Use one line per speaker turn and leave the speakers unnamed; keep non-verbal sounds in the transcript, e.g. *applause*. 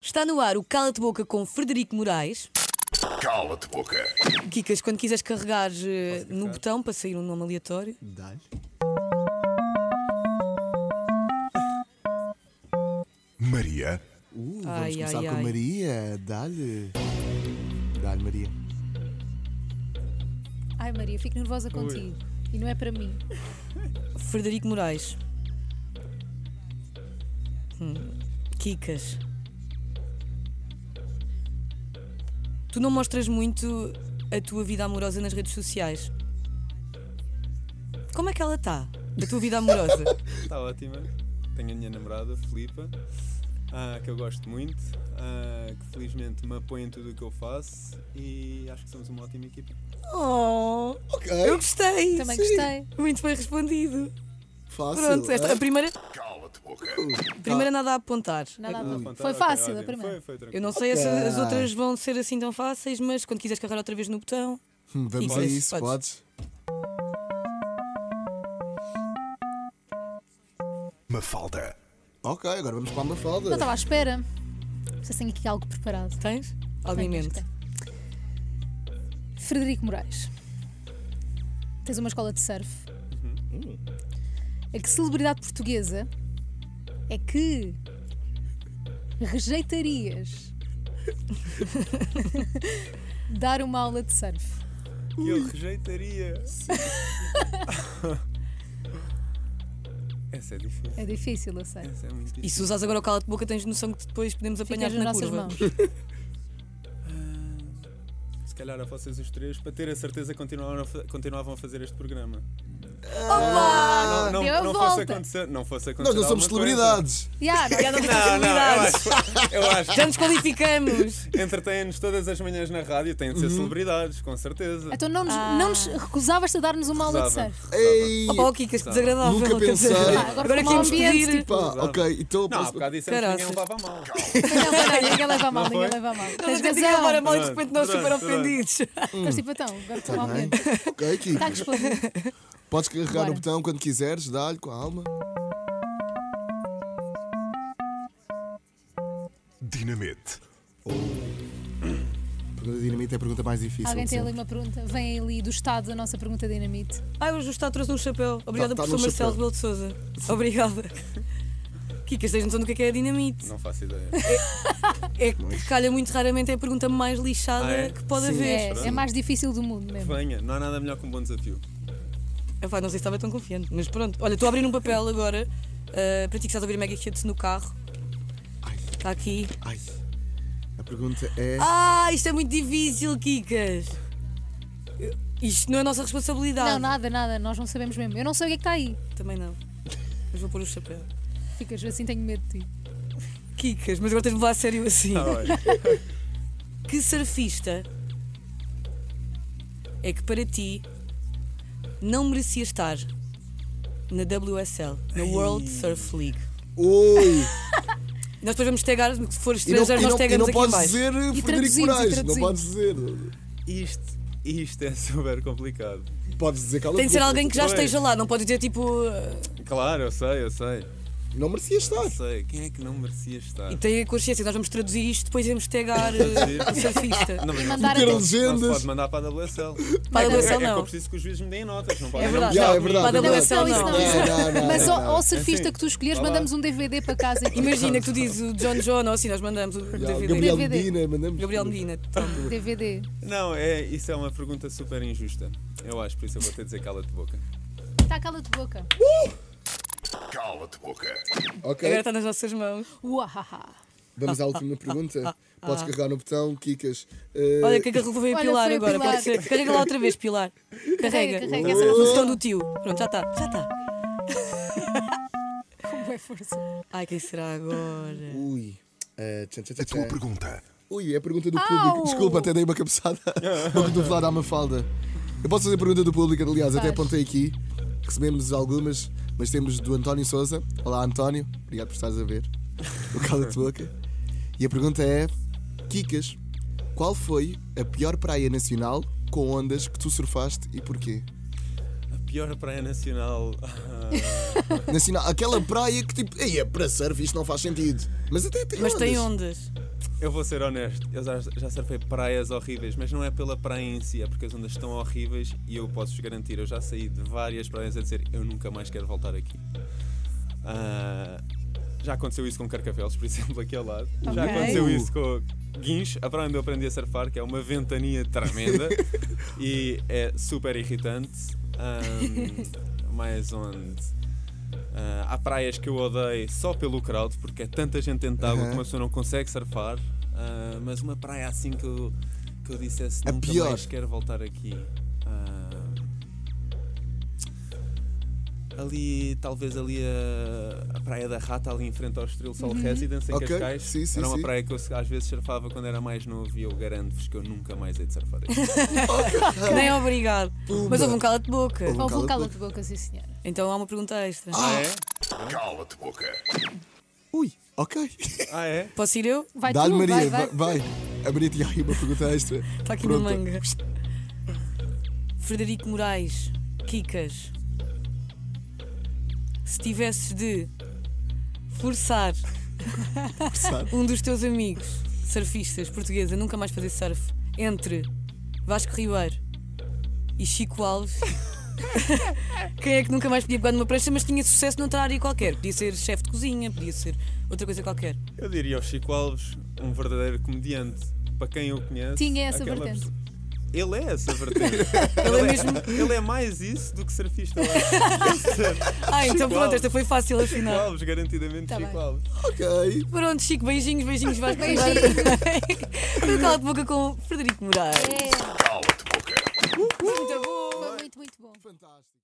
Está no ar o Cala-te Boca com Frederico Moraes.
Cala-te boca.
Kikas, quando quiseres carregar eh, no botão para sair um nome aleatório.
Dá-lhe.
Maria,
Uh, vamos
Ai,
começar
ai,
com a
ai.
Maria. Dá-lhe. Dá-lhe, Maria.
Ai Maria, fico nervosa contigo. E não é para mim.
Frederico Moraes. Hum, Kikas. Tu não mostras muito a tua vida amorosa nas redes sociais. Como é que ela está? A tua vida amorosa?
Está Tá ótima. Tenho a minha namorada, Filipa, ah, que eu gosto muito, ah, que felizmente me apoia em tudo o que eu faço e acho que somos uma ótima equipa.
oh, eu gostei.
Também gostei.
Muito bem respondido.
Fácil.
Pronto, esta, a
é?
primeira,
cala-te boca.
a primeira é nada a apontar.
Nada a
Está a
ver.
apontar?
é
Foi
Ok,
fácil a
ótimo.
primeira.
Foi, foi tranquilo.
Eu não sei se as
Ok.
outras vão ser assim tão fáceis, mas quando quiseres carregar outra vez no botão.
Hum, Vamos a
Podes,
isso,
podes.
podes.
Mafalda,
Ok, agora vamos para a Mafalda.
Não
Então
estava à espera. Vocês têm aqui algo preparado.
Tens?
Tenho,
Obviamente.
acho que tenho. Frederico Moraes. Tens uma escola de surf.
Uhum.
A que celebridade portuguesa é que rejeitarias *laughs* dar uma aula de surf?
Que eu rejeitaria. *laughs* Essa é difícil.
É difícil, eu sei.
Essa é muito difícil.
E se usares agora o cala de boca, tens noção que depois podemos apanhar
Ficas nas
na
nossas
curva.
mãos.
Ah, Se calhar a vocês os três, para ter a certeza, continuaram a fa- continuavam a fazer este programa. Ah, não,
Deu a
não, não fosse
volta.
acontecer. Não fosse acontecer.
Nós não somos
alguma coisa.
celebridades.
Yeah,
*laughs* Já não tens
Não, não, eu
possibilidades.
acho, eu acho
*laughs* Já nos
*laughs*
qualificamos.
entretêm-nos todas as manhãs na rádio, têm de ser celebridades, com certeza.
Então não nos, não nos recusavas a dar-nos uma aula de
Usava.
surf.
Ei!
Opa, oh, Kikas, que desagradável.
Tá. Nunca
quer dizer.
pensei.
Pá, agora
Agora
foi um
queremos
ambiente,
pedir.
tipo-
Pá, ok, então a
Não, há
próxima-
bocado dissemos que ninguém
Caraças.
levava a mal.
Não, não, não, ninguém leva a mal,
Não
ninguém
foi?
leva a mal.
Nós temos
Tens
que levar a
razão.
mal e de repente nós
Pronto,
super
pronto, pronto.
ofendidos. *laughs*
Estás tipo, então, agora
Tá bem.
totalmente.
Ok, Kiko.
Tá,
Está respondido.
Podes carregar
Bora.
no botão quando quiseres, dá-lhe com a alma.
dinamite,
Pergunta dinamite é a pergunta mais difícil.
Alguém
de
tem ali
sempre.
uma pergunta? Vem ali do estado da nossa pergunta dinamite.
Ai, hoje o Estado trouxe um chapéu. Obrigada,
Tá- tá
professor
num
Marcelo
chapéu.
Rebelo de Souza.
*laughs*
Obrigada. Kikas, tens noção do que é que é a dinamite?
Não faço ideia.
É que calha muito raramente é a pergunta mais lixada
Ah, é?
que pode haver.
É, é mais difícil do mundo mesmo.
Venha, não há nada melhor que um bom desafio.
Epá, não sei se estava tão confiante, mas pronto. Olha, estou a abrir um papel agora ah, para ti que estás a ouvir Mega Hits no carro.
Ai,
Está aqui.
ai. A pergunta é.
Ah, isto é muito difícil, Kikas. Eu- Isto não é nossa responsabilidade.
Não, nada, nada, nós não sabemos mesmo. Eu não sei o que é que está aí.
Também não. Mas vou pôr o chapéu.
Ficas assim, tenho medo de ti.
Kikas, mas agora tens de levar a sério assim.
Tá
Ah, olha,
Que surfista é que para ti não merecia estar na WSL, na World Surf League?
Oi!
Nós depois vamos tagar, se for
E não,
estrangeiro,
e não-
nós
e
tagamos
não
aqui em
podes
baixo.
dizer
traduzimos,
Frederico
e
Moraes, não
traduzimos.
podes dizer.
isto, isto é super complicado.
Podes dizer que ela-
Tem de ser alguém que já
Pois.
esteja lá, não pode dizer tipo. eh,
Claro, eu sei, eu sei.
Não merecia estar.
Eu sei. Quem é que não merecia estar?
E tem a consciência, nós vamos traduzir isto, depois iremos tagar eh,
Traduzir.
o surfista.
Não, mas não,
Mandar
Ter
até.
se- não se
legendas.
pode mandar para a WSL.
Para a
É,
WSL
é que eu
não.
preciso que os juízes me deem notas. Não podem
É
não
verdade.
Já,
puxar
é
comigo.
verdade. é
Para a
verdade.
WSL não.
Não,
*laughs*
não, não,
Mas ao,
não.
ao surfista
Assim,
que tu escolheres,
vá lá.
mandamos um DVD para casa.
*laughs* Imagina que tu dizes o John John ou assim, nós mandamos o
Já, o
DVD.
Gabriel
DVD.
Medina, mandamos.
Gabriel Medina. toma.
DVD.
Não, é, isso é uma pergunta super injusta. Eu acho, por isso eu vou ter de dizer cala-te boca.
Está cala de Tá, boca.
cala-te boca.
Ok,
Agora está nas nossas mãos.
Uahaha.
vamos à última pergunta. Podes carregar no botão, Kikas. Eh,
Olha que agarrou veio a
Olha,
Pilar
foi a
agora,
Pilar.
pode ser. Carrega lá outra vez, Pilar. Carrega.
Carrega, carrega.
No botão do tio. Pronto, já está, já está.
Como é força.
Ai, quem será agora?
Ui. Eh, tchan, tchan, tchan,
A tua
tchan.
pergunta,
Ui, é a pergunta do
Au!
público. Desculpa, até dei uma cabeçada. Uma cotovelada à Mafalda. Eu posso fazer a pergunta do público, aliás, até
Faz.
apontei aqui. Recebemos algumas, mas temos do António Souza. Olá, António. Obrigado por estares a ver. O cala de boca. E a pergunta é: Kikas, qual foi a pior praia nacional com ondas que tu surfaste e porquê?
A pior praia nacional. Ah,
Nacional, aquela praia que tipo, ei, é para surf, isto não faz sentido. Mas até tem
Mas
ondas.
tem ondas.
Eu vou ser honesto, eu já, já surfei praias horríveis, mas não é pela praia em si, é porque as ondas estão horríveis e eu posso-vos garantir, eu já saí de várias praias a dizer eu nunca mais quero voltar aqui. Ah, já aconteceu isso com Carcavelos, por exemplo, aqui ao lado. Já
Ok.
aconteceu isso com Guincho, a praia onde eu aprendi a surfar, que é uma ventania tremenda e é super irritante. Ahm, mais onde? Ah, há praias que eu odeio só pelo crowd, porque é tanta gente dentro de água
Aham.
que uma pessoa não consegue surfar. Ah, mas uma praia assim que eu, que eu dissesse
A
nunca
pior.
mais quero voltar aqui. Ah, ali, talvez ali a, a Praia da Rata, ali em frente ao Estrela Sol Residence, em
Uhum. Ok,
Cascais.
sim, sim,
era uma
sim.
praia que eu às vezes surfava quando era mais novo e eu garanto-vos que eu nunca mais hei de surfar aqui.
*laughs*
Nem é obrigado. Mas houve um cala-de-boca.
Houve.
Ou vou
cala-te
cala-te boca, sim senhora.
Então há uma pergunta extra.
ah, é?
Cala-te boca.
Ui, ok.
Ah, é?
Posso ir eu?
Vai
Dá-lhe
tu,
Maria,
vai, vai.
vai. A Maria tinha aí uma pergunta extra.
Está Tá aqui
Pronto.
na manga. Frederico Moraes, Kikas. Se tivesses de forçar um dos teus amigos surfistas portugueses a nunca mais fazer surf entre Vasco Ribeiro e Chico
*laughs*
Alves, quem é que nunca mais podia pegar numa prancha, mas tinha sucesso noutra área qualquer? Podia ser chefe de cozinha, podia ser outra coisa qualquer.
Eu diria ao Chico Alves, um verdadeiro comediante. Para quem o conhece.
Tinha essa
aquela
vertente.
pessoa- Ele é
*laughs*
essa vertente.
Ele é mesmo.
Ele é mais isso do que surfista. eu acho.
Ah, então
Chico
pronto,
Alves.
esta foi fácil
Chico
afinal.
Alves, garantidamente
Tá
Chico
bem.
Alves.
Ok.
Pronto, Chico, beijinhos, beijinhos, vais para
Beijinho.
*laughs* Foi o Cala de Boca com Frederico Moraes.
É,
Cala-te boca.
Muito bom.
foi muito, muito bom.
Fantástico.